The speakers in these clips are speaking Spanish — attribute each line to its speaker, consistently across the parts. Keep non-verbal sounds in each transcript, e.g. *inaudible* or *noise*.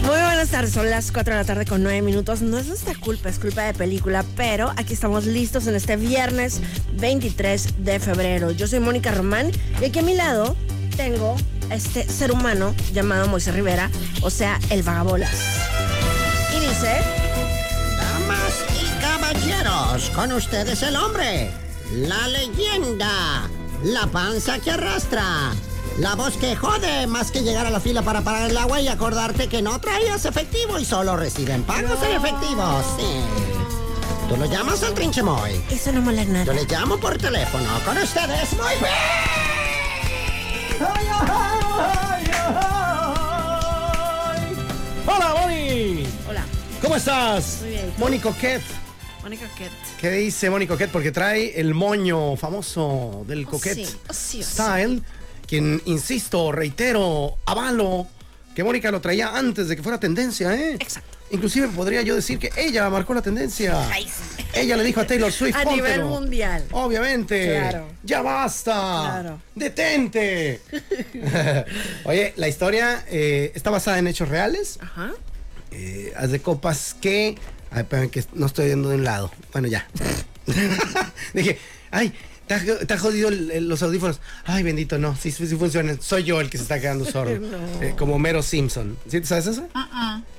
Speaker 1: Muy buenas tardes, son las 4 de la tarde con 9 minutos. No es nuestra culpa, es culpa de película, pero aquí estamos listos en este viernes 23 de febrero. Yo soy Mónica Román y aquí a mi lado tengo a este ser humano llamado Moisés Rivera, o sea, el vagabolas. Y dice,
Speaker 2: Damas y caballeros, con ustedes el hombre, la leyenda, la panza que arrastra, la voz que jode más que llegar a la fila para parar el agua y acordarte que no traías efectivo y solo reciben pagos en efectivo. Sí. Tú lo llamas al trinchemoy.
Speaker 1: eso no mola
Speaker 2: Yo
Speaker 1: nada.
Speaker 2: le llamo por teléfono. Con ustedes, muy
Speaker 3: Hola, Moni.
Speaker 1: Hola,
Speaker 3: ¿Cómo estás?
Speaker 1: Muy bien, ¿y tú?
Speaker 3: Moni Coquet.
Speaker 1: Mónica Ket.
Speaker 3: ¿Qué dice Moni Coquet? Porque trae el moño famoso del Coquet
Speaker 1: sí, oh, sí, oh, sí.
Speaker 3: Style, quien, insisto, reitero, avalo, que Mónica lo traía antes de que fuera tendencia, ¿eh?
Speaker 1: Exacto.
Speaker 3: Inclusive podría yo decir que ella marcó la tendencia.
Speaker 1: Ay, sí.
Speaker 3: Ella le dijo a Taylor Swift.
Speaker 1: A nivel
Speaker 3: "Póntelo".
Speaker 1: mundial.
Speaker 3: Obviamente.
Speaker 1: Claro.
Speaker 3: Ya basta.
Speaker 1: Claro. *laughs*
Speaker 3: Detente. *laughs* Oye, la historia eh, está basada en hechos reales.
Speaker 1: Ajá.
Speaker 3: Eh, haz de copas que. Ay, espérame, que no estoy viendo de un lado. Bueno, ya. *laughs* Dije, ay, te ha, te ha jodido el- el- los audífonos. Ay, bendito, no. Sí, sí, sí funcionan. Soy yo el que se está quedando sordo.
Speaker 1: No.
Speaker 3: Eh, como Mero Simpson. ¿Sí te sabes eso?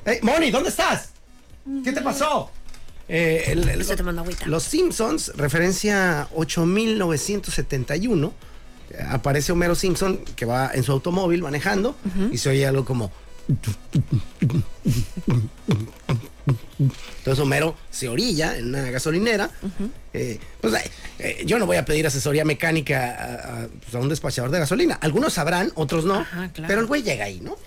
Speaker 3: Ey, Moni, ¿dónde estás? ¿Qué te pasó? Eh, el- el-
Speaker 1: Estoy tomando agüita.
Speaker 3: Los Simpsons, referencia 8971. eh, Aparece Homero Simpson que va en su automóvil manejando y se oye algo como. Entonces Homero se orilla en una gasolinera. Eh, pues ay, eh, yo no voy a pedir asesoría mecánica a, a- pues, a un despachador de gasolina. Algunos sabrán, otros no.
Speaker 1: Ajá, claro.
Speaker 3: Pero el güey llega ahí, ¿no?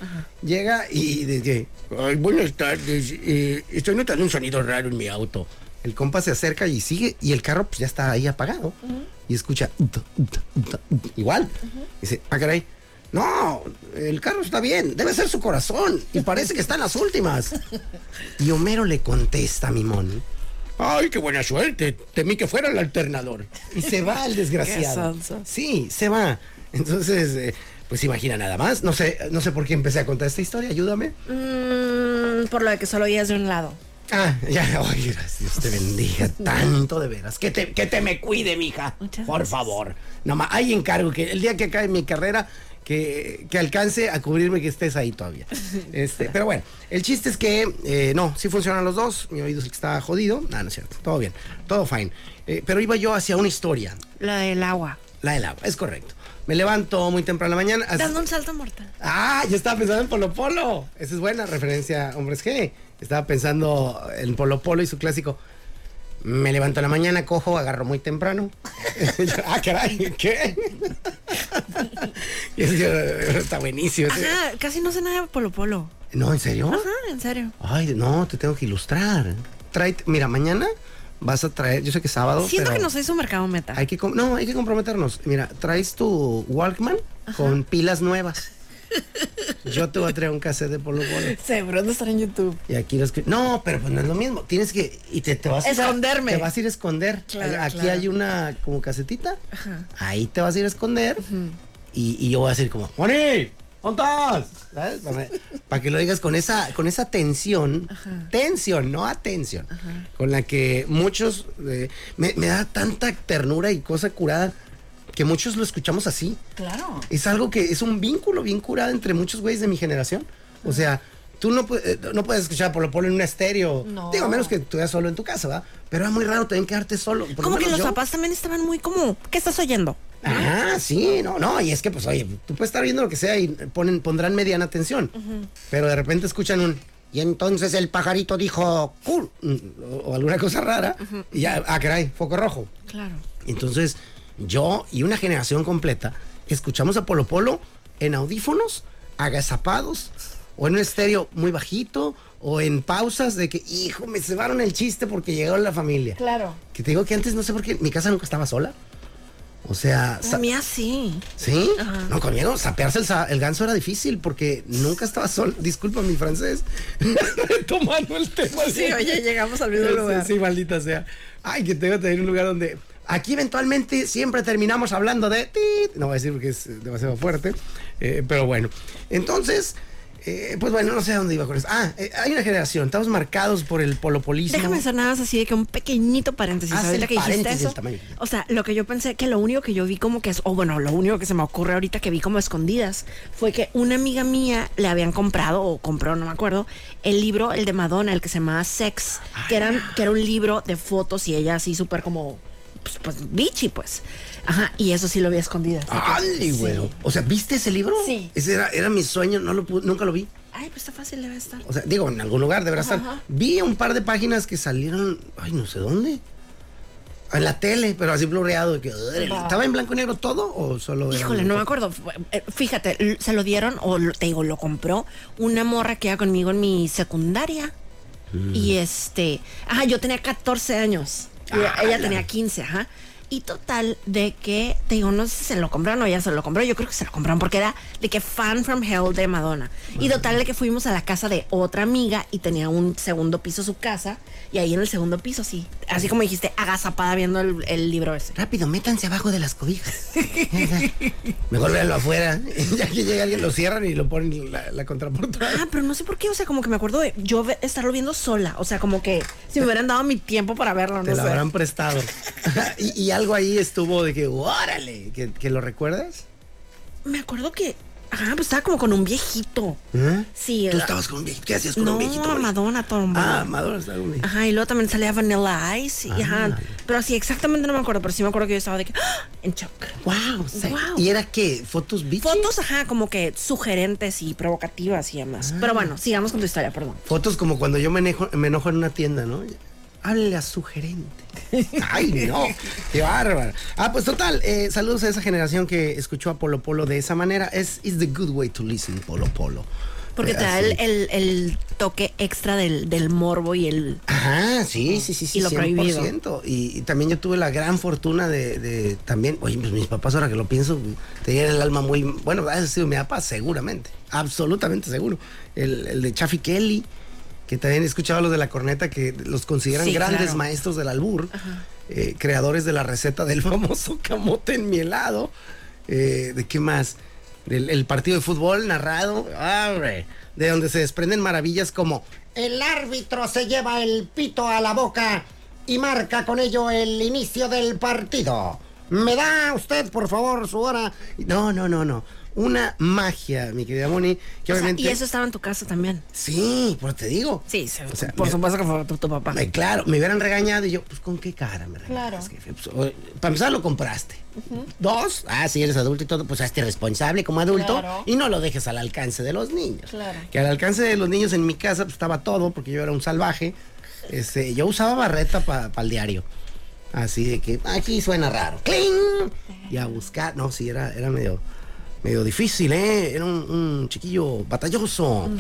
Speaker 3: Llega y dice, "Ay, buenas tardes, eh, estoy notando un sonido raro en mi auto. El compa se acerca y sigue, y el carro pues ya está ahí apagado. Y escucha, "Uta, uta, uta, uta", igual. Dice, ah, caray, no, el carro está bien, debe ser su corazón, y parece que está en las últimas. Y Homero le contesta
Speaker 1: *laughs*
Speaker 3: a Mimón. Ay, qué buena suerte. Temí que fuera el alternador. Y se va el desgraciado.
Speaker 1: Qué sonso.
Speaker 3: Sí, se va. Entonces, eh, pues imagina nada más. No sé, no sé por qué empecé a contar esta historia. Ayúdame.
Speaker 1: Mm, por lo de que solo oías de un lado.
Speaker 3: Ah, ya. *laughs* Ay, gracias. Dios te bendiga tanto de veras. Que te, que te me cuide, mija.
Speaker 1: Muchas
Speaker 3: Por
Speaker 1: gracias.
Speaker 3: favor. Nomás, hay encargo que el día que acabe mi carrera, que, que alcance a cubrirme que estés
Speaker 1: *laughs*
Speaker 3: ahí todavía. Este, pero bueno, el chiste es que eh, no, sí funcionan los dos. Mi oído sí que está jodido. Ah, No, no es cierto. Todo bien. Todo fine. Eh, pero iba yo hacia una historia.
Speaker 1: La del agua.
Speaker 3: La del agua, es correcto. Me levanto muy temprano en la mañana. as-
Speaker 1: Dando un salto mortal.
Speaker 3: Ah, yo estaba pensando en Polo Polo. Esa es buena referencia, hombres G. Estaba pensando en Polo Polo y su clásico. Me levanto a la mañana, cojo, agarro muy temprano. *laughs* ah, caray, ¿qué? *laughs* Y es que, está buenísimo.
Speaker 1: Ajá, casi no sé nada de Polo Polo.
Speaker 3: No, ¿en serio?
Speaker 1: Ajá, en serio.
Speaker 3: Ay, no, te tengo que ilustrar. Trae, mira, mañana vas a traer, yo sé que es sábado.
Speaker 1: Siento
Speaker 3: pero-
Speaker 1: que no soy su mercado meta.
Speaker 3: hay que com- no, hay que comprometernos. Mira, traes tu Walkman con pilas nuevas. Yo te voy a traer un cassette de Polo Polo.
Speaker 1: Seguro no estar en YouTube.
Speaker 3: Y aquí los que- No, pero pues no es lo mismo. Tienes que. Y te, te vas a ir a-
Speaker 1: Esconderme.
Speaker 3: te vas a ir a esconder.
Speaker 1: Claro,
Speaker 3: aquí
Speaker 1: claro.
Speaker 3: hay una como casetita. Ahí te vas a ir a esconder. y, y yo voy a decir como, ¡Moni! ¿Dónde estás?", ¿Sabes? Para, para que lo digas con esa, con esa tensión, tensión, no atención, con la que muchos, eh, me, me da tanta ternura y cosa curada, que muchos lo escuchamos así.
Speaker 1: Claro.
Speaker 3: Es algo que es un vínculo bien curado entre muchos güeyes de mi generación. O sea, tú no, pu- eh, no puedes escuchar Polo Polo en un estéreo.
Speaker 1: No.
Speaker 3: Digo, a menos que estuvieras solo en tu casa, ¿verdad? Pero era muy raro también quedarte solo. Por lo
Speaker 1: Como que
Speaker 3: menos
Speaker 1: los
Speaker 3: yo.
Speaker 1: papás también estaban muy como, ¿qué estás oyendo?
Speaker 3: Ah, sí, no, no. Y es que, pues, oye, tú puedes estar viendo lo que sea y ponen, pondrán mediana atención. Pero de repente escuchan un. Y entonces el pajarito dijo. "Cur", mm, O, o alguna cosa rara. Y ya, ah, caray, foco rojo.
Speaker 1: Claro.
Speaker 3: Entonces, yo y una generación completa escuchamos a Polo Polo en audífonos, agazapados, o en un estéreo muy bajito, o en pausas de que, hijo, me cebaron el chiste porque llegó la familia.
Speaker 1: Claro.
Speaker 3: Que te digo que antes no sé por qué, mi casa nunca estaba sola. O sea,
Speaker 1: La
Speaker 3: sa-
Speaker 1: mía sí.
Speaker 3: ¿sí? No, conmigo, sapearse el, sa- el ganso era difícil porque nunca estaba sola. *laughs* Disculpa mi francés. *laughs* Retomando el tema.
Speaker 1: Sí, oye, llegamos al mismo
Speaker 3: Sí,
Speaker 1: lugar.
Speaker 3: Sí, maldita sea. Ay, que tengo que tener un lugar donde. Aquí eventualmente siempre terminamos hablando de. tit. No voy a decir porque es demasiado fuerte. eh, pero bueno. Entonces. eh, pues bueno, no sé a dónde iba con eso. Ah, eh, hay una generación. Estamos marcados por el polopolismo.
Speaker 1: Déjame hacer nada más así de que un pequeñito paréntesis.
Speaker 3: Haz
Speaker 1: ahorita
Speaker 3: el
Speaker 1: que dijiste
Speaker 3: Ah, paréntesis
Speaker 1: eso.
Speaker 3: también.
Speaker 1: O sea, lo que yo pensé que lo único que yo vi como que es, o bueno, lo único que se me ocurre ahorita que vi como escondidas fue que una amiga mía le habían comprado o compró, no me acuerdo, el libro, el de Madonna, el que se llamaba Sex, que, eran,
Speaker 3: Ah.
Speaker 1: que era un libro de fotos y ella así súper como, pues, pues, bichi, pues. Ajá, y eso sí lo vi escondidas. Así que-
Speaker 3: ¡Ay, güey!
Speaker 1: Sí.
Speaker 3: O sea, ¿viste ese libro?
Speaker 1: Sí.
Speaker 3: Ese era, era mi sueño, no lo pude- nunca lo vi.
Speaker 1: Ay, pues está fácil, debe estar.
Speaker 3: O sea, digo, en algún lugar deberá estar.
Speaker 1: Ajá, ajá.
Speaker 3: Vi un par de páginas que salieron, ay, no sé dónde. En la tele, pero así blureado. de que, órale.
Speaker 1: Va.
Speaker 3: ¿Estaba en blanco y negro todo o solo era
Speaker 1: Híjole,
Speaker 3: un-
Speaker 1: no me acuerdo. Fue- eh, Fíjate, l- se lo dieron, o lo- te digo, lo compró una morra que iba conmigo en mi secundaria. Y este, ajá, yo tenía 14 años. y
Speaker 3: Ah,
Speaker 1: ella
Speaker 3: la-
Speaker 1: tenía 15, ajá. Y total, de que, te digo, no sé si se lo compraron o ella se lo compró. Yo creo que se lo compraron porque era de que fan from hell de Madonna. Y total, de que fuimos a la casa de otra amiga y tenía un segundo piso su casa. Y ahí en el segundo piso, sí. Así como dijiste, agazapada viendo el, el libro ese.
Speaker 3: Rápido, métanse abajo de las cobijas. Mejor véanlo afuera. *laughs* ya que llega alguien, lo cierran y lo ponen la, la contraportada.
Speaker 1: Ah, pero no sé por qué, o sea, como que me acuerdo de yo ve- estarlo viendo sola, o sea, como que si me hubieran dado mi tiempo para verlo,
Speaker 3: Te
Speaker 1: no
Speaker 3: lo
Speaker 1: sé.
Speaker 3: habrán prestado. *laughs* y, y algo ahí estuvo de que, órale, que, que lo recuerdas.
Speaker 1: Me acuerdo que, ajá, pues estaba como con un viejito.
Speaker 3: ¿Eh?
Speaker 1: Sí,
Speaker 3: Tú
Speaker 1: era-
Speaker 3: estabas con un viejito. ¿Qué hacías con
Speaker 1: no,
Speaker 3: un viejito?
Speaker 1: Madonna, Tom.
Speaker 3: Ah, Madonna estaba con un viejito.
Speaker 1: Ajá, y luego también salía Vanilla Ice, y ajá,
Speaker 3: Ándale.
Speaker 1: pero sí, exactamente no me acuerdo, pero sí me acuerdo que yo estaba de que, ¡ah! en shock.
Speaker 3: Wow, sí.
Speaker 1: Wow.
Speaker 3: ¿Y era qué? ¿Fotos bichis?
Speaker 1: Fotos, ajá, como que sugerentes y provocativas y demás.
Speaker 3: Ah.
Speaker 1: Pero bueno, sigamos con tu historia, perdón.
Speaker 3: Fotos como cuando yo me, enejo- me enojo en una tienda, ¿no? Háblele a su gerente. ¡Ay, no! ¡Qué bárbaro! Ah, pues total, eh, saludos a esa generación que escuchó a Polo Polo de esa manera. Es it's the good way to listen, Polo Polo.
Speaker 1: Porque
Speaker 3: Eh,
Speaker 1: te da
Speaker 3: así.
Speaker 1: el, el- el toque extra del, del morbo y el...
Speaker 3: Ajá, sí, sí, sí, sí,
Speaker 1: Y lo prohibido.
Speaker 3: 100%. Y, y también yo tuve la gran fortuna de, de también, oye, pues mis papás, ahora que lo pienso, tenían el alma muy, bueno, ha sido mi papá seguramente, absolutamente seguro. El, el de Chaffy Kelly, que también he escuchado los de la corneta, que los consideran
Speaker 1: Sí,
Speaker 3: grandes
Speaker 1: claro.
Speaker 3: maestros del albur, eh, creadores de la receta del *laughs* famoso camote en mi helado. Eh, ¿De qué más? El, el partido de fútbol narrado, Ah, ¡hombre! de donde se desprenden maravillas como
Speaker 2: El árbitro se lleva el pito a la
Speaker 3: "Ah,
Speaker 2: boca y marca con ello el inicio del partido. ¿Me da usted, por favor, su hora?
Speaker 3: No, no, no, no. Una magia, mi querida Moni, que
Speaker 1: O sea,
Speaker 3: obviamente...
Speaker 1: y eso estaba en tu casa también.
Speaker 3: Sí, pero te digo.
Speaker 1: Sí, se-
Speaker 3: O sea,
Speaker 1: por
Speaker 3: mira-
Speaker 1: supuesto que fue tu, tu papá.
Speaker 3: Ay, claro, me hubieran regañado y yo, pues, ¿con qué cara me regañas,
Speaker 1: Claro.
Speaker 3: jefe? Pues, o- para empezar, lo compraste. Dos, ah, si eres adulto y todo, pues hazte responsable como adulto
Speaker 1: Claro.
Speaker 3: y no lo dejes al alcance de los niños.
Speaker 1: Claro.
Speaker 3: Que al alcance de los niños en mi casa pues, estaba todo, porque yo era un salvaje. Este, yo usaba barreta para el diario. Así de que Eh, aquí suena raro. ¡Cling! Y a buscar. No, sí, era, era medio, medio difícil, ¿eh? Era un, un chiquillo batalloso.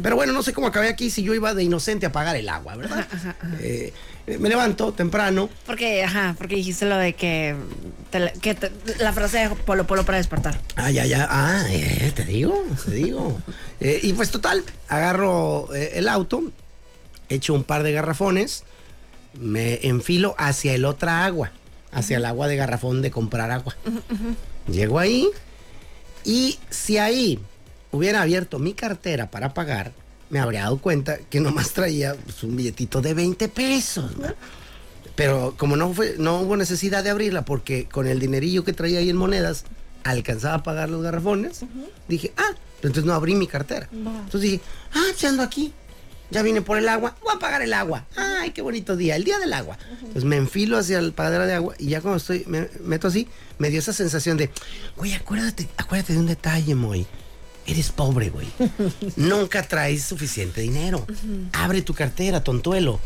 Speaker 3: Pero bueno, no sé cómo acabé aquí si yo iba de inocente a pagar el agua, ¿verdad? Eh, me levanto temprano.
Speaker 1: Porque, ajá, porque dijiste lo de que, te- que te- la frase de Polo Polo para despertar.
Speaker 3: Ay, ay, ay, ah, eh, te digo, te digo. Eh, y pues total, agarro eh, el auto, echo un par de garrafones, me enfilo hacia el otra agua, hacia el agua de garrafón de comprar agua. Llego ahí y si ahí hubiera abierto mi cartera para pagar, me habría dado cuenta que nomás traía pues, un billetito de 20 pesos. ¿no? Pero como no, fue, no hubo necesidad de abrirla porque con el dinerillo que traía ahí en monedas alcanzaba a pagar los garrafones, dije, ah, pero entonces no abrí mi cartera. Entonces dije, ah, pues ando aquí. Ya vine por el agua, voy a pagar el agua. Ay, qué bonito día, el día del agua. Entonces me enfilo hacia el pagadero de agua y ya cuando estoy, me meto así, me dio esa sensación de, güey, acuérdate, acuérdate de un detalle, Moy. Eres
Speaker 1: *laughs*
Speaker 3: pobre, güey. Nunca traes suficiente dinero. Abre tu cartera, tontuelo.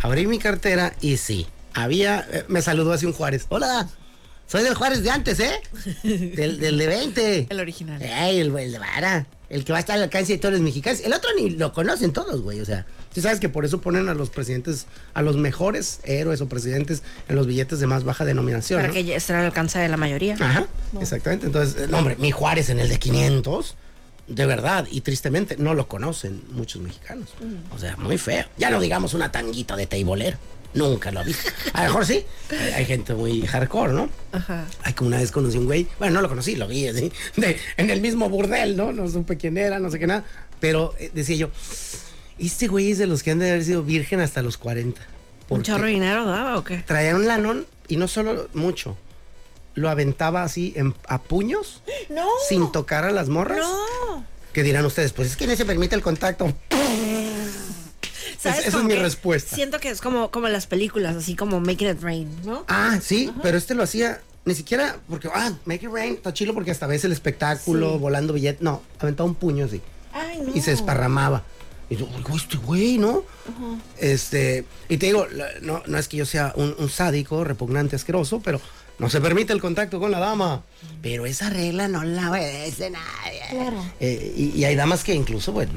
Speaker 3: Abrí mi cartera y sí, había, eh, me saludó así un Juárez. Hola,
Speaker 1: *laughs*
Speaker 3: soy del Juárez de antes, ¿eh? Del, del de 20.
Speaker 1: El original.
Speaker 3: Ey, el, el de vara. El que va a estar al alcance de todos los mexicanos. El otro ni lo conocen todos, güey. O sea, tú sabes que por eso ponen a los presidentes, a los mejores héroes o presidentes en los billetes de más baja denominación.
Speaker 1: Para
Speaker 3: ¿no?
Speaker 1: que ya esté al alcance de la mayoría.
Speaker 3: Ajá, exactamente. Entonces, eh, no, hombre, mi Juárez en el de 500, de verdad, y tristemente no lo conocen muchos mexicanos.
Speaker 1: Mm.
Speaker 3: O sea, muy feo. Ya no digamos una tanguita de teibolero. Nunca lo ha visto. A lo mejor sí. Hay, hay gente muy hardcore, ¿no?
Speaker 1: Ajá.
Speaker 3: Ay, como una vez conocí a un güey. Bueno, no lo conocí, lo vi así. de- en el mismo burdel, ¿no? No supe quién era, no sé qué nada. Pero eh, decía yo, este güey es de los que han de haber sido virgen hasta los 40.
Speaker 1: ¿Un
Speaker 3: porque
Speaker 1: chorro de dinero daba o qué?
Speaker 3: Traía un lanón y no solo mucho. Lo aventaba así en- a puños
Speaker 1: No.
Speaker 3: sin tocar a las morras.
Speaker 1: Oh. No.
Speaker 3: ¿Qué dirán ustedes? Pues es que no se permite el contacto.
Speaker 1: ¿Sabes
Speaker 3: esa es
Speaker 1: con
Speaker 3: mi
Speaker 1: qué?
Speaker 3: respuesta.
Speaker 1: Siento que es como, como las películas, así como Making It Rain, ¿no?
Speaker 3: Ah, sí, pero este lo hacía ni siquiera porque, ah, make it rain, está chilo porque hasta ves el espectáculo, volando billetes. No, aventaba un puño así.
Speaker 1: Ah, Ay, no.
Speaker 3: y se desparramaba. Y yo, oigo, este güey, ¿no? Este, y te digo, la- no, no es que yo sea un, un sádico, repugnante, asqueroso, pero no se permite el contacto con la dama. Pero esa regla no la obedece nadie. Eh, y, y hay damas que incluso, bueno,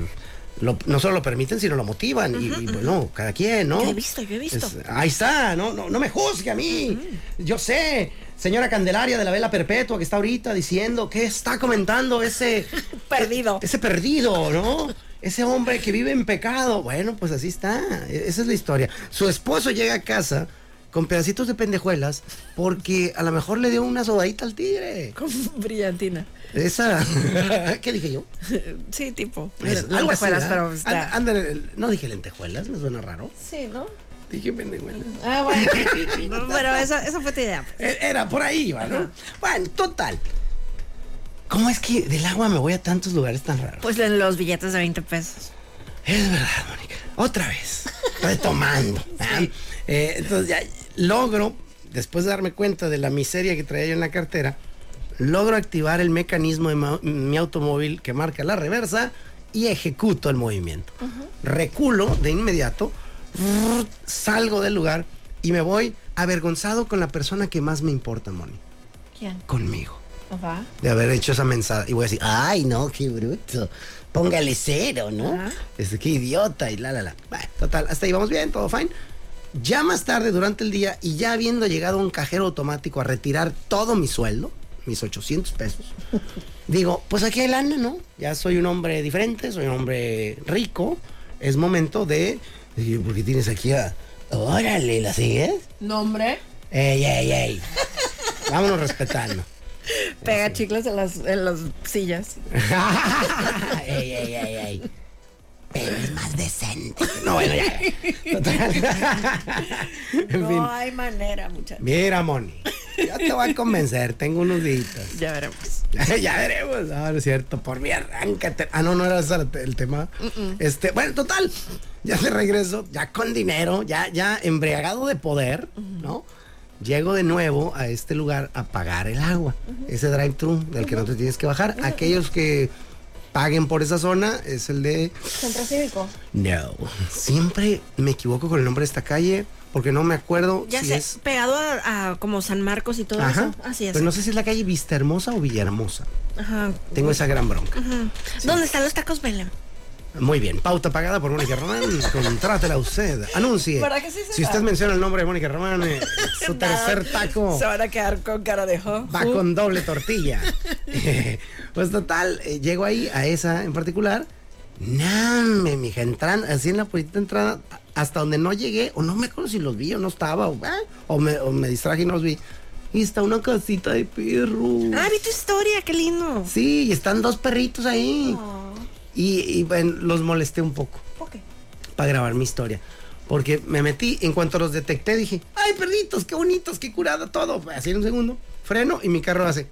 Speaker 3: lo- no solo lo permiten, sino lo motivan. Y- y, bueno, cada quien, ¿no?
Speaker 1: Yo he visto, yo he visto.
Speaker 3: ahí está, no, no, no me juzgue a mí. Yo sé, señora Candelaria de la Vela Perpetua que está ahorita diciendo, ¿qué está comentando ese
Speaker 1: Perdido.
Speaker 3: ese perdido, ¿no? Ese hombre que vive en pecado. Bueno, pues así está. E- Esa es la historia. Su esposo llega a casa con pedacitos de pendejuelas porque a lo mejor le dio una sobadita al tigre.
Speaker 1: Con brillantina.
Speaker 3: Esa. *laughs* ¿Qué dije yo?
Speaker 1: Sí, tipo.
Speaker 3: Es-
Speaker 1: Algo así.
Speaker 3: Pues, ¿verdad?
Speaker 1: Pero está.
Speaker 3: An- ándale, no dije lentejuelas, me suena raro.
Speaker 1: Sí, ¿no?
Speaker 3: Dije pendejuelas.
Speaker 1: Ah, bueno. *laughs* pero esa, esa fue tu idea. pues.
Speaker 3: E- Era por ahí, iba, ¿no? Bueno, total. ¿Cómo es que del agua me voy a tantos lugares tan raros?
Speaker 1: Pues en los billetes de 20 pesos.
Speaker 3: Es verdad, Mónica. Otra vez. Retomando. ¿ah? Eh, entonces ya logro, después de darme cuenta de la miseria que traía yo en la cartera, logro activar el mecanismo de ma- mi automóvil que marca la reversa y ejecuto el movimiento. Reculo de inmediato, rrr, salgo del lugar y me voy avergonzado con la persona que más me importa, Mónica.
Speaker 1: ¿Quién?
Speaker 3: Conmigo
Speaker 1: Papá.
Speaker 3: de haber hecho esa mensaje. Y voy a decir, ay, no, qué bruto. Póngale cero, ¿no?
Speaker 1: Ajá.
Speaker 3: Es que idiota y la, la, la. Bueno, total, hasta ahí vamos bien, todo fine. Ya más tarde, durante el día, y ya habiendo llegado un cajero automático a retirar todo mi sueldo, mis 800 pesos, digo, pues aquí hay lana, ¿no? Ya soy un hombre diferente, soy un hombre rico. Es momento de... Dije, ¿Por qué tienes aquí a... Órale, ¿la sigues?
Speaker 1: Nombre.
Speaker 3: Ey, ey, ey. Vámonos respetando.
Speaker 1: Pega chicles en las, en las sillas.
Speaker 3: ey, ey, ey, ey. Pero es más *laughs* decente. No, bueno, ya. Total. en fin.
Speaker 1: No hay manera, muchachos.
Speaker 3: Mira, Moni. Ya te voy a convencer. Tengo unos deditos.
Speaker 1: Ya veremos.
Speaker 3: *laughs* ya veremos. Ah, no es cierto. Por mí, arráncate. Ah, no, no era ese el te- el tema. Este, bueno, total. Ya de regreso, ya con dinero, ya, ya embriagado de poder, ¿no? Llego de nuevo a este lugar a pagar el agua. Ese drive-thru del que no te tienes que bajar. Aquellos que paguen por esa zona es el de.
Speaker 1: Centro Cívico.
Speaker 3: No. Siempre me equivoco con el nombre de esta calle porque no me acuerdo
Speaker 1: Ya
Speaker 3: si
Speaker 1: sé,
Speaker 3: es.
Speaker 1: pegado a, a como San Marcos y todo
Speaker 3: Ajá.
Speaker 1: eso. Así es.
Speaker 3: Pero no sé si es la calle Vista Hermosa o Villahermosa.
Speaker 1: Ajá.
Speaker 3: Tengo esa gran bronca.
Speaker 1: ¿Dónde están los tacos Belén?
Speaker 3: Muy bien, pauta pagada por
Speaker 1: *laughs*
Speaker 3: Mónica Román, contrátela usted, anuncie.
Speaker 1: ¿Verdad que sí se
Speaker 3: si
Speaker 1: da?
Speaker 3: usted menciona el nombre de Mónica
Speaker 1: *laughs*
Speaker 3: Román, eh, su tercer taco
Speaker 1: van a quedar con cara de jo.
Speaker 3: va con doble
Speaker 1: *laughs*
Speaker 3: tortilla. *laughs* pues total, eh, llego ahí, a esa en particular, name, mija, entran, así en la puertita entrada, hasta donde no llegué, o no me acuerdo si los vi o no estaba, o, ah, o me, o me distraje y no los vi. Y está una casita de perro.
Speaker 1: Ah, vi tu historia, qué lindo.
Speaker 3: Sí, y están dos perritos ahí. Y, y, bueno, los molesté un poco
Speaker 1: Oh, Ok.
Speaker 3: para grabar mi historia. Porque me metí, en cuanto los detecté, dije, ay, perritos, qué bonitos, qué curada todo. Así en un segundo, freno y mi carro hace.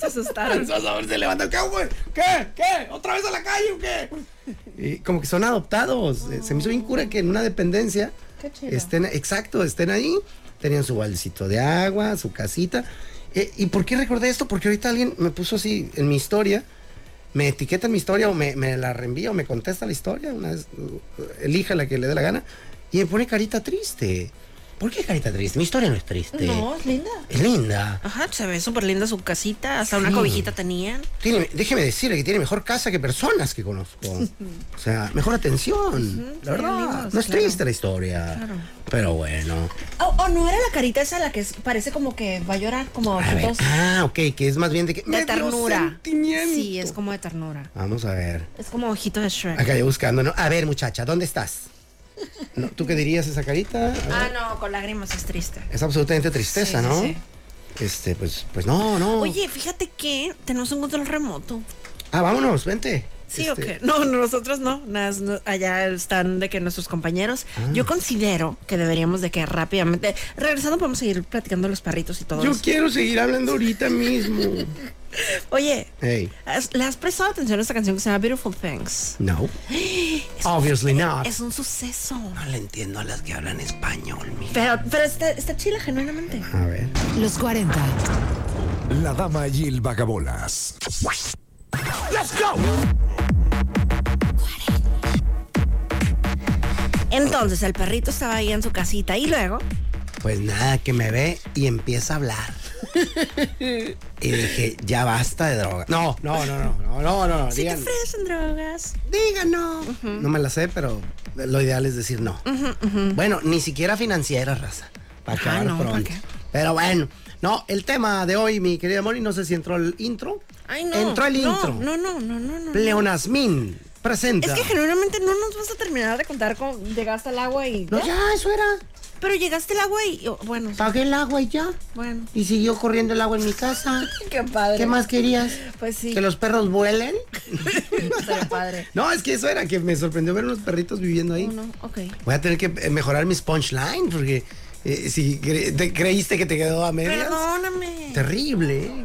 Speaker 1: Se asustaron.
Speaker 3: "Eso, a ver, se levanta *laughs* el carro, güey. ¿Qué? ¿Qué? ¿Otra vez a la calle o qué? Y como que son adoptados. Eh, Se me hizo bien cura que en una dependencia
Speaker 1: Qué chido.
Speaker 3: estén, exacto, estén ahí. Tenían su baldecito de agua, su casita. Eh, ¿Y por qué recordé esto? Porque ahorita alguien me puso así en mi historia me etiqueta en mi historia o me, me la reenvía o me contesta la historia, una vez, uh, elija la que le dé la gana, y me pone carita triste. ¿Por qué carita triste? Mi historia no es triste.
Speaker 1: No, es linda.
Speaker 3: Es linda.
Speaker 1: Ajá, se ve súper linda su casita, hasta una
Speaker 3: Sí.
Speaker 1: cobijita tenían.
Speaker 3: Tiene- déjeme decirle que tiene mejor casa que personas que conozco. O sea, mejor atención. La verdad,
Speaker 1: amigos,
Speaker 3: no es
Speaker 1: claro.
Speaker 3: triste la historia. Pero bueno.
Speaker 1: O Ah, oh, no era la carita esa la que es- parece como que va a llorar, como
Speaker 3: A ver.
Speaker 1: dos-
Speaker 3: Ah, ok, que es más bien de que.
Speaker 1: de
Speaker 3: medio
Speaker 1: ternura.
Speaker 3: sentimiento.
Speaker 1: Sí, es como de ternura.
Speaker 3: Vamos a ver.
Speaker 1: Es como ojito de Shrek.
Speaker 3: Acá yo buscando, ¿no? A ver, muchacha, ¿dónde estás? No, ¿Tú qué dirías esa carita? A ver.
Speaker 1: Ah, no, con lágrimas es triste.
Speaker 3: Es absolutamente tristeza,
Speaker 1: Sí, sí,
Speaker 3: ¿no? Este, pues, pues no, no.
Speaker 1: Oye, fíjate que tenemos un control remoto.
Speaker 3: Ah, vámonos, vente.
Speaker 1: ¿Sí
Speaker 3: Este,
Speaker 1: o qué? No, nosotros no. nas- no, allá están de que nuestros compañeros.
Speaker 3: Ah.
Speaker 1: Yo considero que deberíamos de que rápidamente. Regresando, podemos seguir platicando de los perritos y todo
Speaker 3: Yo
Speaker 1: eso.
Speaker 3: quiero seguir hablando
Speaker 1: *laughs*
Speaker 3: ahorita mismo.
Speaker 1: Oye,
Speaker 3: Hey,
Speaker 1: ¿has- ¿le has prestado atención a esta canción que se llama Beautiful Things? *gasps*
Speaker 3: no. Obviously not.
Speaker 1: Es un suceso.
Speaker 3: No le entiendo a las que hablan español, mi.
Speaker 1: Pero, pero está, está chila, genuinamente.
Speaker 3: A ver.
Speaker 4: Los 40.
Speaker 5: La dama y el vagabolas.
Speaker 1: Entonces, el perrito estaba ahí en su casita y luego.
Speaker 3: Pues nada, que me ve y empieza a hablar. y dije, ya basta de droga. No, no, no, no, no, no, no, no.
Speaker 1: Si te
Speaker 3: Digan,
Speaker 1: fregas en drogas.
Speaker 3: díganos. No me la sé, pero lo ideal es decir no. Bueno, ni siquiera financiera, raza. Para acabar
Speaker 1: Ah, no, ¿para
Speaker 3: pronto.
Speaker 1: qué?
Speaker 3: Pero bueno, no, el tema de hoy, mi querida Moni, no sé si entró el intro.
Speaker 1: Ay, no.
Speaker 3: Entró el
Speaker 1: no,
Speaker 3: intro.
Speaker 1: No, no, no, no, no.
Speaker 3: Pleonasmin presenta.
Speaker 1: Es que genuinamente no nos vas a terminar de contar cómo llegaste al agua y.
Speaker 3: No, ya, eso era.
Speaker 1: Pero llegaste al agua y. oh, Bueno,
Speaker 3: Pagué el agua y ya.
Speaker 1: bueno.
Speaker 3: Y siguió corriendo el agua en mi casa.
Speaker 1: Qué padre.
Speaker 3: ¿Qué más querías?
Speaker 1: Pues sí.
Speaker 3: ¿Que los perros vuelen?
Speaker 1: *laughs* Estaría padre.
Speaker 3: No, es que eso era, que me sorprendió ver unos perritos viviendo ahí.
Speaker 1: No, no, ok.
Speaker 3: Voy a tener que eh, mejorar mis punchlines porque eh, si cre- te creíste que te quedó a medias.
Speaker 1: Perdóname.
Speaker 3: Terrible. ¿eh?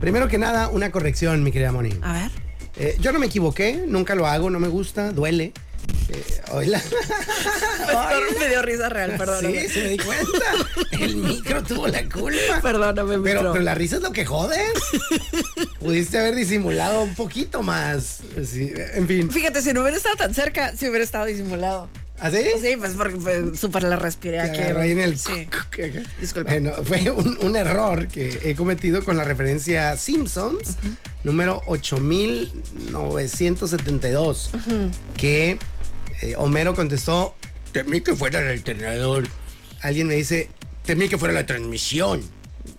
Speaker 3: Primero que nada, una corrección, mi querida Moni.
Speaker 1: A ver.
Speaker 3: Eh, yo no me equivoqué, nunca lo hago, no me gusta, duele. Eh, *laughs* hola.
Speaker 1: *laughs* me dio risa real,
Speaker 3: Sí, se me di cuenta. El micro tuvo la culpa.
Speaker 1: Perdóname,
Speaker 3: Pero,
Speaker 1: micro.
Speaker 3: pero la risa es lo que jode. Pudiste haber disimulado un poquito más. Sí, en fin.
Speaker 1: Fíjate, si no hubiera estado tan cerca, si hubiera estado disimulado.
Speaker 3: ¿Así?
Speaker 1: Sí, pues porque fue súper la respiré aquí.
Speaker 3: en el. *laughs*
Speaker 1: Sí.
Speaker 3: Disculpa. Bueno, fue un, un error que he cometido con la referencia Simpsons, número 8972, que eh, Homero contestó: Temí que fuera el alternador. Alguien me dice: Temí que fuera la transmisión.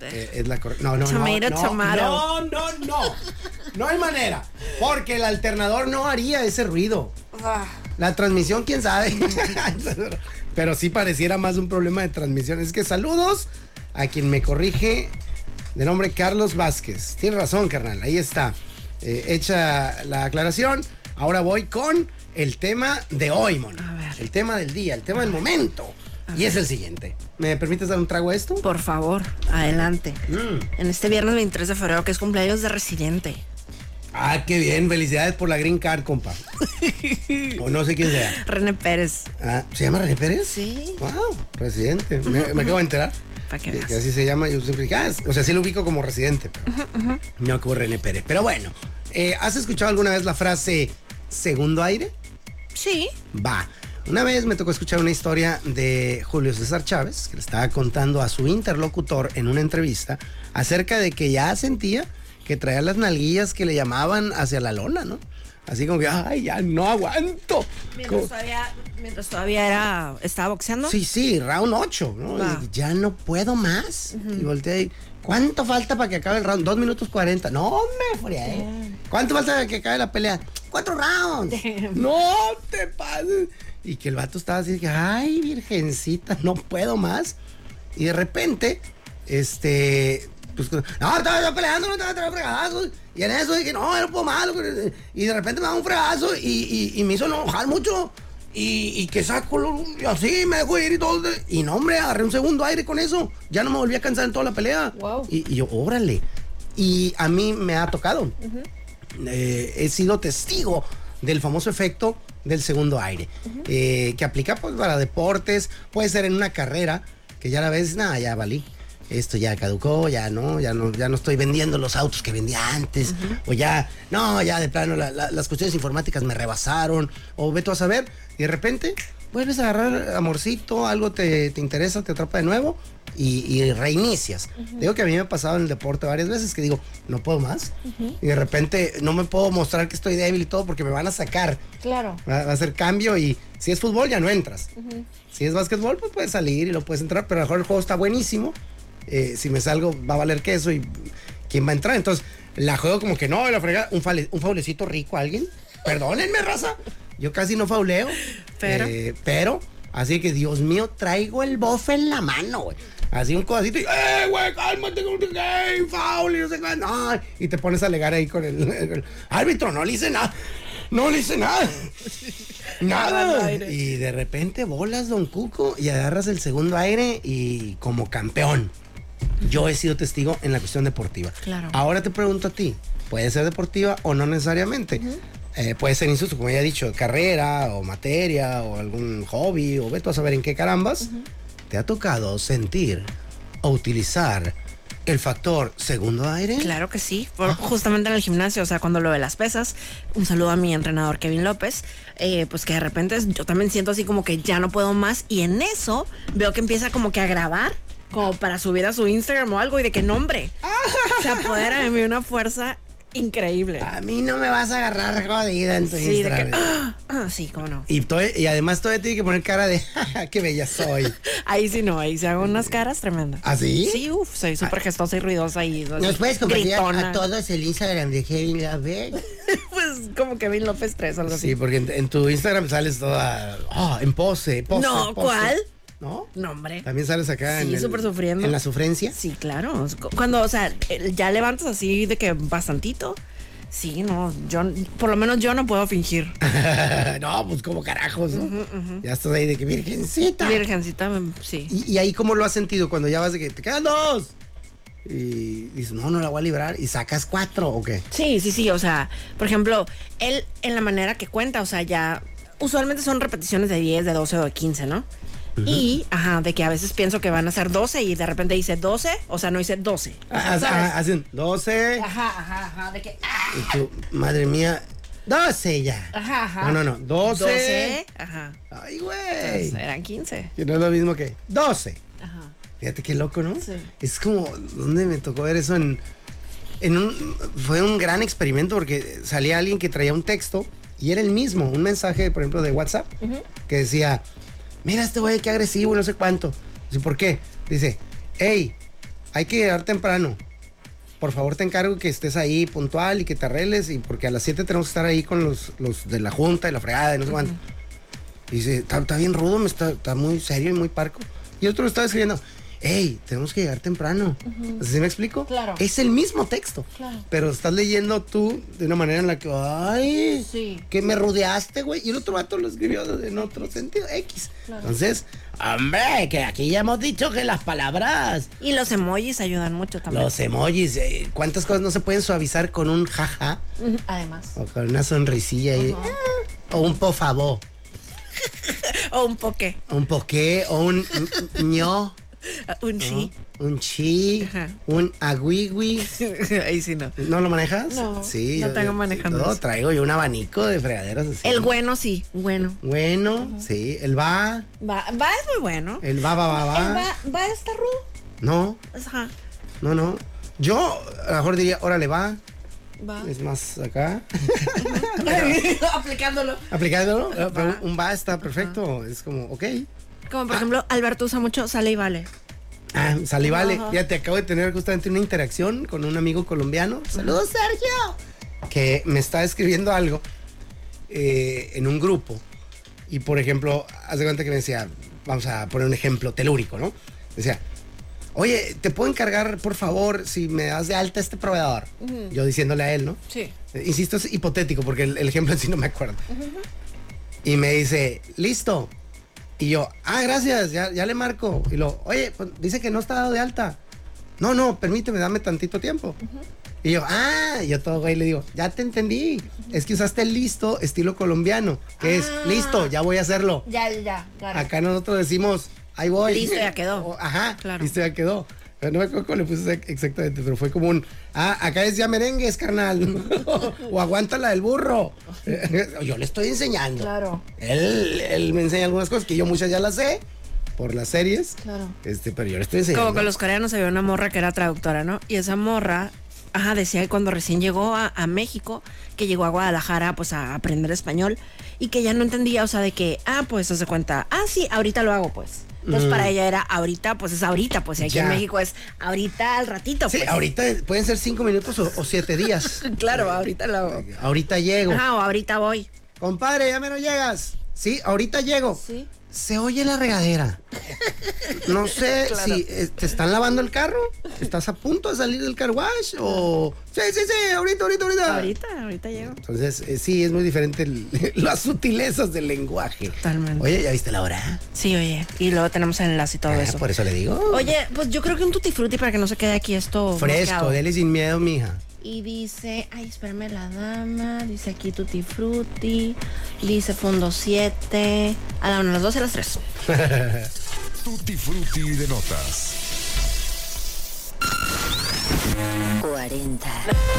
Speaker 3: Eh, es la correcta. No, no,
Speaker 1: Tomato,
Speaker 3: no, no,
Speaker 1: tomato.
Speaker 3: no, no, no. No hay manera. Porque el alternador no haría ese ruido.
Speaker 1: Ah.
Speaker 3: La transmisión, quién sabe. *laughs* Pero sí pareciera más un problema de transmisión. Es que saludos a quien me corrige de nombre Carlos Vázquez. Tienes razón, carnal. Ahí está. Eh, hecha la aclaración. Ahora voy con el tema de hoy, Mona.
Speaker 1: A ver.
Speaker 3: El tema del día, el tema del momento. Y es el siguiente. ¿Me permites dar un trago a esto?
Speaker 1: Por favor, adelante.
Speaker 3: Mm.
Speaker 1: En este viernes 23 de febrero, que es cumpleaños de Residente.
Speaker 3: Ah, qué bien. Felicidades por la green card,
Speaker 1: *laughs*
Speaker 3: compa. o no sé quién sea.
Speaker 1: René Pérez.
Speaker 3: Ah, ¿Se llama René Pérez?
Speaker 1: Sí.
Speaker 3: Wow, presidente. Me, me acabo de enterar.
Speaker 1: Para que
Speaker 3: Que, que
Speaker 1: veas.
Speaker 3: así se llama. Yo siempre dije, ah, es- o sea, sí lo ubico como residente. Pero No como René Pérez. Pero bueno, eh, ¿has escuchado alguna vez la frase segundo aire?
Speaker 1: Sí.
Speaker 3: Va. Una vez me tocó escuchar una historia de Julio César Chávez, que le estaba contando a su interlocutor en una entrevista acerca de que ya sentía que traía las nalguillas que le llamaban hacia la lona, ¿no? Así como que, ay, ya no aguanto. Como-
Speaker 1: Mientras todavía, mientras todavía era, estaba boxeando.
Speaker 3: Sí, sí, round 8, ¿no?
Speaker 1: Va.
Speaker 3: Y Ya no puedo más. Y volteé y, ¿cuánto falta para que acabe el round? Dos minutos 40. No, me frié. ¿Cuánto falta para que acabe la pelea? Cuatro rounds. No te pases. Y que el vato estaba así, que, ay, virgencita, no puedo más. Y de repente, este, pues, no, estaba yo peleando, no estaba traer fregazos. Y en eso dije, no, yo no puedo más. loco. Y de repente me da un fregazo y, y- y me hizo enojar mucho. Y, y que saco lo- y así, me dejo ir y todo. Y no, hombre, agarré un segundo aire con eso. Ya no me volví a cansar en toda la pelea.
Speaker 1: Wow.
Speaker 3: Y, y yo, órale. Y a mí me ha tocado. Eh, he sido testigo del famoso efecto del segundo aire, eh, que aplica pues, para deportes, puede ser en una carrera, que ya la ves, nada, ya valí. Esto ya caducó, ya no, ya no, ya no estoy vendiendo los autos que vendía antes, o ya, no, ya de plano la- la- las cuestiones informáticas me rebasaron, o ve tú a saber, y de repente vuelves a agarrar amorcito, algo te, te interesa, te atrapa de nuevo y, y reinicias. Digo que a mí me ha pasado en el deporte varias veces que digo, no puedo más. Y de repente no me puedo mostrar que estoy débil y todo porque me van a sacar.
Speaker 1: Claro.
Speaker 3: Va, va a ser cambio y si es fútbol ya no entras. Si es básquetbol, pues puedes salir y lo puedes entrar, pero a lo mejor el juego está buenísimo. Eh, si me salgo, va a valer queso y quién va a entrar. Entonces, la juego como que no, y la fregada, un, fale- un faulecito rico a alguien. Perdónenme, raza. Yo casi no fauleo.
Speaker 1: Pero.
Speaker 3: Eh, pero, así que Dios mío, traigo el bofe en la mano, güey. Así un codacito y, ¡eh, güey, cálmate! que no te- ¡Ey, foul! Y no sé qué, no. Y te pones a alegar ahí con el, el árbitro, no le hice nada. No le hice nada.
Speaker 1: Agarra
Speaker 3: Nada.
Speaker 1: el aire.
Speaker 3: Ah, Y de repente bolas, don Cuco, y agarras el segundo aire y como campeón. Yo he sido testigo en la cuestión deportiva.
Speaker 1: Claro.
Speaker 3: Ahora te pregunto a ti, ¿puede ser deportiva o no necesariamente? Eh, puede ser insusto, como ya he dicho, carrera o materia o algún hobby o vete a saber en qué carambas. ¿Te ha tocado sentir o utilizar el factor segundo aire?
Speaker 1: Claro que sí, por- justamente en el gimnasio, o sea, cuando lo de las pesas, un saludo a mi entrenador Kevin López, eh, pues que de repente yo también siento así como que ya no puedo más y en eso veo que empieza como que a grabar, como para subir a su Instagram o algo y de qué nombre. Se apodera de mí una fuerza increíble.
Speaker 3: A mí no me vas a agarrar jodida en tu
Speaker 1: Sí, de que,
Speaker 3: Instagram.
Speaker 1: ah, ah, sí, cómo no.
Speaker 3: Y, toe- y además todavía tiene que poner cara de, *laughs* "Ja, ja, qué bella soy.
Speaker 1: Ahí sí no, ahí se hago unas caras tremendas.
Speaker 3: ¿Ah, sí?
Speaker 1: Sí, uff, soy súper gestosa y ruidosa y
Speaker 2: ¿Nos puedes compartir
Speaker 1: gritona.
Speaker 2: a todos el Instagram de Kevin Love?
Speaker 1: *laughs* Pues como Kevin López 3 algo así.
Speaker 3: Sí, porque en, en tu Instagram sales toda, ah, en pose, pose.
Speaker 1: No,
Speaker 3: pose".
Speaker 1: ¿cuál?
Speaker 3: ¿No?
Speaker 1: No, hombre.
Speaker 3: También sales acá
Speaker 1: Sí,
Speaker 3: en, el-
Speaker 1: súper sufriendo.
Speaker 3: en la sufrencia.
Speaker 1: Sí, claro. Cu- Cuando, o sea, eh, ya levantas así de que bastantito. Sí, no, yo, por lo menos yo no puedo
Speaker 3: *laughs*
Speaker 1: fingir.
Speaker 3: *laughs* no, pues como carajos, ¿no? Ya estás ahí de que virgencita.
Speaker 1: Virgencita, mm, sí.
Speaker 3: y, y ahí cómo lo has sentido cuando ya vas de que te quedan dos. Y dices, no, no la voy a librar. Y sacas cuatro o qué.
Speaker 1: Sí, sí, sí, o sea, por ejemplo, él en la manera que cuenta, o sea, ya, usualmente son repeticiones de 10, de 12 o de 15, ¿no? Y, ajá, de que a veces pienso que van a ser 12 y de repente dice 12, o sea, no dice 12.
Speaker 3: Ah, ah, Hacen doce.
Speaker 1: Ajá, ajá, ajá, de que, ah,
Speaker 3: Y tú, madre mía, doce ya.
Speaker 1: ajá, ajá.
Speaker 3: No, no, no, doce.
Speaker 1: 12, ajá.
Speaker 3: Ay, güey.
Speaker 1: Eran 15.
Speaker 3: Que no es lo mismo que doce.
Speaker 1: Ajá.
Speaker 3: Fíjate qué loco, ¿no?
Speaker 1: Sí.
Speaker 3: Es como, ¿dónde me tocó ver eso? En, en un, fue un gran experimento porque salía alguien que traía un texto y era el mismo, un mensaje, por ejemplo, de WhatsApp, que decía, mira este güey, qué agresivo, no sé cuánto. Dice, ¿por qué? Dice, hey, hay que llegar temprano. Por favor, te encargo que estés ahí puntual y que te arregles, y porque a las 7 tenemos que estar ahí con los, los de la junta y la fregada y no sé cuánto. Y dice, está, está bien rudo, me está, está muy serio y muy parco. Y otro lo estaba escribiendo, hey, tenemos que llegar temprano. ¿Sí me explico?
Speaker 1: Claro.
Speaker 3: Es el mismo texto. Pero estás leyendo tú de una manera en la que, ay,
Speaker 1: Sí.
Speaker 3: que me rodeaste, güey. Y el otro vato lo escribió en otro sentido, X. Entonces, hombre, que aquí ya hemos dicho que las palabras,
Speaker 1: Y los emojis ayudan mucho también.
Speaker 3: los emojis, eh, cuántas cosas no se pueden suavizar con un jaja
Speaker 1: Ujú, Además.
Speaker 3: o con una sonrisilla y, "Ah", o un por favor.
Speaker 1: O un poke.
Speaker 3: Un poqué o un *laughs* ño,
Speaker 1: Ah, Un chi.
Speaker 3: un chi,
Speaker 1: Ajá.
Speaker 3: un agüigui.
Speaker 1: *laughs* Ahí sí no.
Speaker 3: ¿No lo manejas?
Speaker 1: No,
Speaker 3: sí.
Speaker 1: no
Speaker 3: yo-
Speaker 1: tengo
Speaker 3: yo-
Speaker 1: manejando
Speaker 3: No,
Speaker 1: eso.
Speaker 3: traigo yo un abanico de fregaderas así.
Speaker 1: El bueno sí, bueno.
Speaker 3: Bueno, sí. El va,
Speaker 1: Va, va es muy bueno.
Speaker 3: el va, va, va, va.
Speaker 1: El va, va está rudo.
Speaker 3: No,
Speaker 1: Ajá.
Speaker 3: no, no. Yo a lo mejor diría, órale, va.
Speaker 1: Va. *laughs*
Speaker 3: Es más acá. *laughs*
Speaker 1: Aplicándolo.
Speaker 3: Aplicándolo. pero un va está perfecto. Es como, ok.
Speaker 1: Como por ejemplo, Alberto usa mucho sale y vale.
Speaker 3: Ah, sale y vale. Ya te acabo de tener justamente una interacción con un amigo colombiano. Saludos, Sergio. Que me está escribiendo algo eh, en un grupo. Y por ejemplo, haz de cuenta que me decía, vamos a poner un ejemplo telúrico, ¿no? Decía, oye, ¿te puedo encargar, por favor, si me das de alta este proveedor? Yo diciéndole a él, ¿no?
Speaker 1: Sí.
Speaker 3: Eh, Insisto, es hipotético porque el, el ejemplo en sí no me acuerdo. Y me dice, listo. Y yo, ah, gracias, ya, ya le marco. Y lo, oye, pues, dice que no está dado de alta. No, no, permíteme, dame tantito tiempo. Y yo, ah, y yo todo güey le digo, ya te entendí. Es que usaste listo estilo colombiano, que es
Speaker 1: Ah.
Speaker 3: listo, ya voy a hacerlo.
Speaker 1: Ya, ya, claro.
Speaker 3: Acá nosotros decimos, ahí voy.
Speaker 1: Listo, ya quedó.
Speaker 3: *laughs* O, ajá,
Speaker 1: Claro.
Speaker 3: listo, ya quedó. Pero no me acuerdo cómo le puse ex- exactamente, pero fue como un, ah, acá es ya merengues, carnal. *laughs* o aguanta la del burro. *laughs* yo le estoy enseñando.
Speaker 1: Claro.
Speaker 3: Él, él me enseña algunas cosas que yo muchas ya las sé por las series.
Speaker 1: Claro.
Speaker 3: Este, pero yo le estoy enseñando.
Speaker 1: Como con los coreanos había una morra que era traductora, ¿no? Y esa morra, ajá, decía que cuando recién llegó a, a México, que llegó a Guadalajara, pues a aprender español, y que ya no entendía, o sea, de que, ah, pues se cuenta, ah, sí, ahorita lo hago, pues. Entonces para ella era ahorita, pues es ahorita, pues y aquí
Speaker 3: Mm. Ya.
Speaker 1: en México es ahorita al ratito,
Speaker 3: Sí,
Speaker 1: pues.
Speaker 3: ahorita pueden ser cinco minutos o, o siete días.
Speaker 1: *laughs* Claro, ahorita lo hago.
Speaker 3: ahorita llego.
Speaker 1: Ajá, o ahorita voy.
Speaker 3: Compadre, ya menos llegas. Sí, ahorita llego.
Speaker 1: Sí.
Speaker 3: Se oye la regadera.
Speaker 1: *laughs*
Speaker 3: No sé si eh, te están lavando el carro, estás a punto de salir del car wash o... Sí, sí, sí, ahorita, ahorita, ahorita.
Speaker 1: Ahorita, ahorita llego.
Speaker 3: Entonces, eh, sí, es muy diferente el- *laughs* las sutilezas del lenguaje.
Speaker 1: Totalmente.
Speaker 3: Oye, ¿ya viste la hora?
Speaker 1: Sí, oye. Y luego tenemos el enlace y todo
Speaker 3: Ah,
Speaker 1: eso.
Speaker 3: Por eso le digo.
Speaker 1: Oye, pues yo creo que un tutti frutti para que no se quede aquí esto
Speaker 3: Fresco,
Speaker 1: mosqueado.
Speaker 3: dele sin miedo, mija.
Speaker 1: Y dice, ay, espérame la dama, dice aquí Tutti Frutti, dice Fondo 7, a la 1, las 2 y las 3.
Speaker 5: Tutti Frutti de notas.
Speaker 4: 40.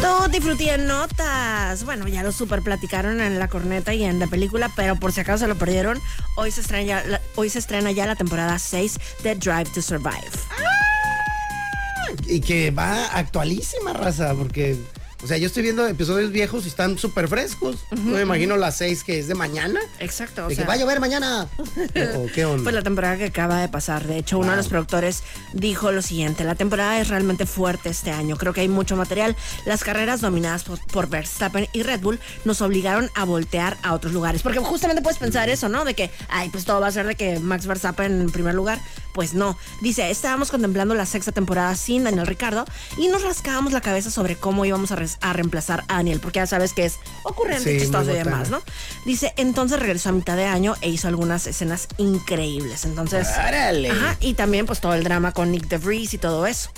Speaker 1: Tutti Frutti en notas. Bueno, ya lo super platicaron en la corneta y en la película, pero por si acaso se lo perdieron, hoy se estrena ya la, hoy se estrena ya la temporada 6 de Drive to Survive.
Speaker 3: Y que va actualísima, raza, porque... O sea, yo estoy viendo episodios viejos y están súper frescos. No me imagino las seis que es de mañana.
Speaker 1: Exacto, o
Speaker 3: de
Speaker 1: sea,
Speaker 3: que va a llover
Speaker 1: *laughs*
Speaker 3: mañana. ¿O qué onda?
Speaker 1: Pues la temporada que acaba de pasar. De hecho, uno de los productores dijo lo siguiente: La temporada es realmente fuerte este año. Creo que hay mucho material. Las carreras dominadas por, por Verstappen y Red Bull nos obligaron a voltear a otros lugares. Porque justamente puedes pensar eso, ¿no? De que, ay, pues todo va a ser de que Max Verstappen en primer lugar. Pues no. Dice: Estábamos contemplando la sexta temporada sin Daniel Ricardo y nos rascábamos la cabeza sobre cómo íbamos a, res- a reemplazar a Daniel. Porque ya sabes que es ocurrente,
Speaker 3: Sí,
Speaker 1: chistoso
Speaker 3: muy
Speaker 1: y demás,
Speaker 3: botana.
Speaker 1: ¿no? Dice, entonces regresó a mitad de año e hizo algunas escenas increíbles. Entonces.
Speaker 3: ¡Árale!
Speaker 1: Ajá, y también pues todo el drama con Nick DeVries y todo eso.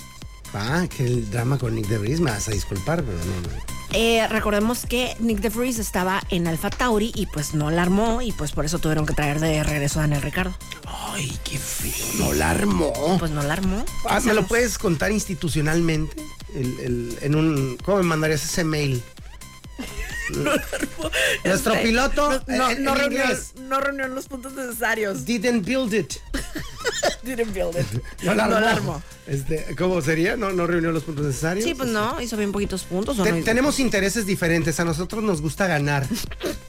Speaker 3: Ah, que el drama con Nick de Vries, me vas a disculpar, pero no, no.
Speaker 1: Eh, recordemos que Nick DeVries estaba en Alpha Tauri y pues no la armó y pues por eso tuvieron que traer de regreso a Daniel Ricardo.
Speaker 3: Ay, qué feo. No la armó.
Speaker 1: Pues no la armó.
Speaker 3: Ah, ¿Me lo puedes contar institucionalmente? El- el- en un, ¿Cómo me mandarías ese *laughs* mail? Nuestro piloto eh,
Speaker 1: No,
Speaker 3: en-
Speaker 1: no
Speaker 3: en
Speaker 1: reunió,
Speaker 3: inglés,
Speaker 1: no reunió los puntos necesarios.
Speaker 3: Didn't build it.
Speaker 1: Didn't build it.
Speaker 3: No la armó. Este, ¿Cómo sería? ¿No, ¿No reunió los puntos necesarios?
Speaker 1: Sí, pues no, hizo bien poquitos puntos. ¿o
Speaker 3: Te-
Speaker 1: no hizo?
Speaker 3: tenemos intereses diferentes. A nosotros nos gusta *laughs* ganar.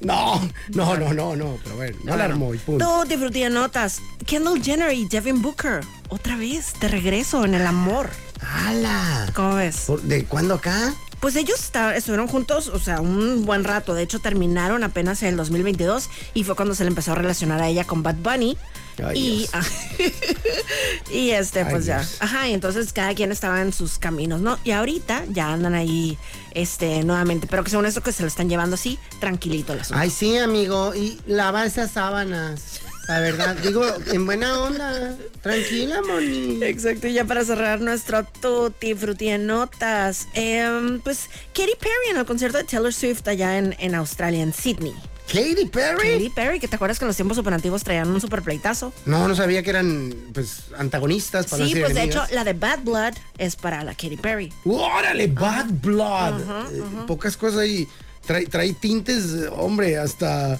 Speaker 3: No, no, no, no, no. Pero bueno, no la armó y punto.
Speaker 1: Todo te frutilla notas. Kendall Jenner y Devin Booker. Otra vez, de regreso en el amor.
Speaker 3: ¡Hala!
Speaker 1: ¿Cómo ves?
Speaker 3: ¿Por- ¿De cuándo acá?
Speaker 1: Pues ellos esta- estuvieron juntos, o sea, un buen rato. De hecho, terminaron apenas en el 2022 y fue cuando se le empezó a relacionar a ella con Bad Bunny.
Speaker 3: Ay,
Speaker 1: y, ah,
Speaker 3: Dios.
Speaker 1: *laughs* y este,
Speaker 3: Ay,
Speaker 1: pues ya.
Speaker 3: Dios.
Speaker 1: Ajá, y entonces cada quien estaba en sus caminos, ¿no? Y ahorita ya andan ahí, este, nuevamente. Pero que según esto que se lo están llevando así, tranquilito el asunto.
Speaker 3: Ay, sí, amigo. Y lava esas sábanas. La verdad,
Speaker 1: *laughs*
Speaker 3: digo, en buena onda. Tranquila, Moni.
Speaker 1: Exacto, y ya para cerrar nuestro tutti frutti en notas, em, pues Katy Perry en el concierto de Taylor Swift allá en, en Australia, en Sydney.
Speaker 3: ¿Katy Perry?
Speaker 1: Katy Perry, que te acuerdas que en los tiempos supernativos traían un super pleitazo.
Speaker 3: No, no sabía que eran, pues, antagonistas para
Speaker 1: Sí,
Speaker 3: ser
Speaker 1: pues de hecho
Speaker 3: enemigas.
Speaker 1: la de Bad Blood es para la Katy Perry.
Speaker 3: ¡Órale! Bad Blood. Eh, Pocas cosas ahí. Trae, trae tintes, eh, hombre, hasta.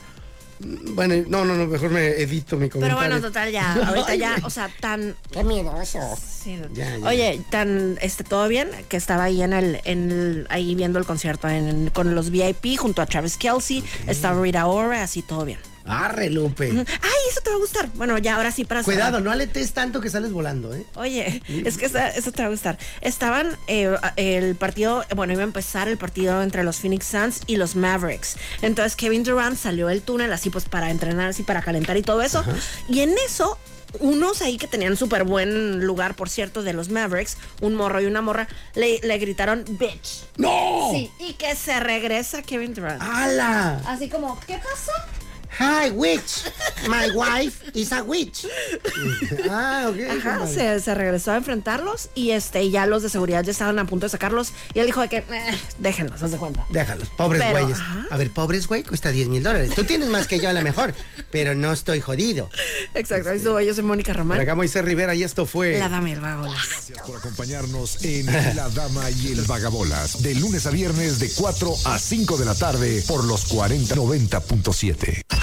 Speaker 3: mm, Bueno, no, no, no, mejor me edito mi
Speaker 1: Pero
Speaker 3: comentario.
Speaker 1: bueno, total, ya, ahorita
Speaker 3: *laughs* Ay,
Speaker 1: ya,
Speaker 3: güey.
Speaker 1: o sea, tan...
Speaker 2: Qué miedoso.
Speaker 1: sí,
Speaker 3: Ya, ya.
Speaker 1: Oye, tan, este, todo bien, que estaba ahí en el, en el- ahí viendo el concierto en- con los VIP junto a Travis Kelsey, estaba Rita Ora, así todo bien.
Speaker 3: Arre, Lupe.
Speaker 1: *laughs* Ay, eso te va a gustar. Bueno, ya ahora sí para cerrar.
Speaker 3: Cuidado, no aletes tanto que sales volando, ¿eh?
Speaker 1: Oye, es que esa- eso te va a gustar. Estaban eh, a- el partido, bueno, iba a empezar el partido entre los Phoenix Suns y los Mavericks. Entonces Kevin Durant salió del túnel así pues para entrenar, así para calentar y todo eso. Y en eso, unos ahí que tenían súper buen lugar, por cierto, de los Mavericks, un morro y una morra, le, le gritaron bitch.
Speaker 3: ¡No! Ah,
Speaker 1: Sí, y que se regresa Kevin Durant.
Speaker 3: ¡Hala!
Speaker 1: Así como, ¿qué pasó?
Speaker 2: Hi, witch. My wife is a witch.
Speaker 3: Ah, ok.
Speaker 1: Ajá, se, se regresó a enfrentarlos y este ya los de seguridad ya estaban a punto de sacarlos y él dijo de que "Eh, déjenlos, haz de cuenta.
Speaker 3: Déjalos, pobres
Speaker 1: Pero,
Speaker 3: güeyes.
Speaker 1: ajá.
Speaker 3: A ver, pobres güey, cuesta 10 mil dólares. Tú tienes más que yo a lo mejor, pero no estoy jodido.
Speaker 1: Exacto, ahí estuvo, yo soy Mónica
Speaker 3: Por
Speaker 1: Román.
Speaker 3: acá Moisés Rivera y esto fue...
Speaker 1: La dama y el vagabola.
Speaker 5: Gracias por acompañarnos en La Dama y el Vagabolas, de lunes a viernes de 4 a 5 de la tarde por los 4090.7.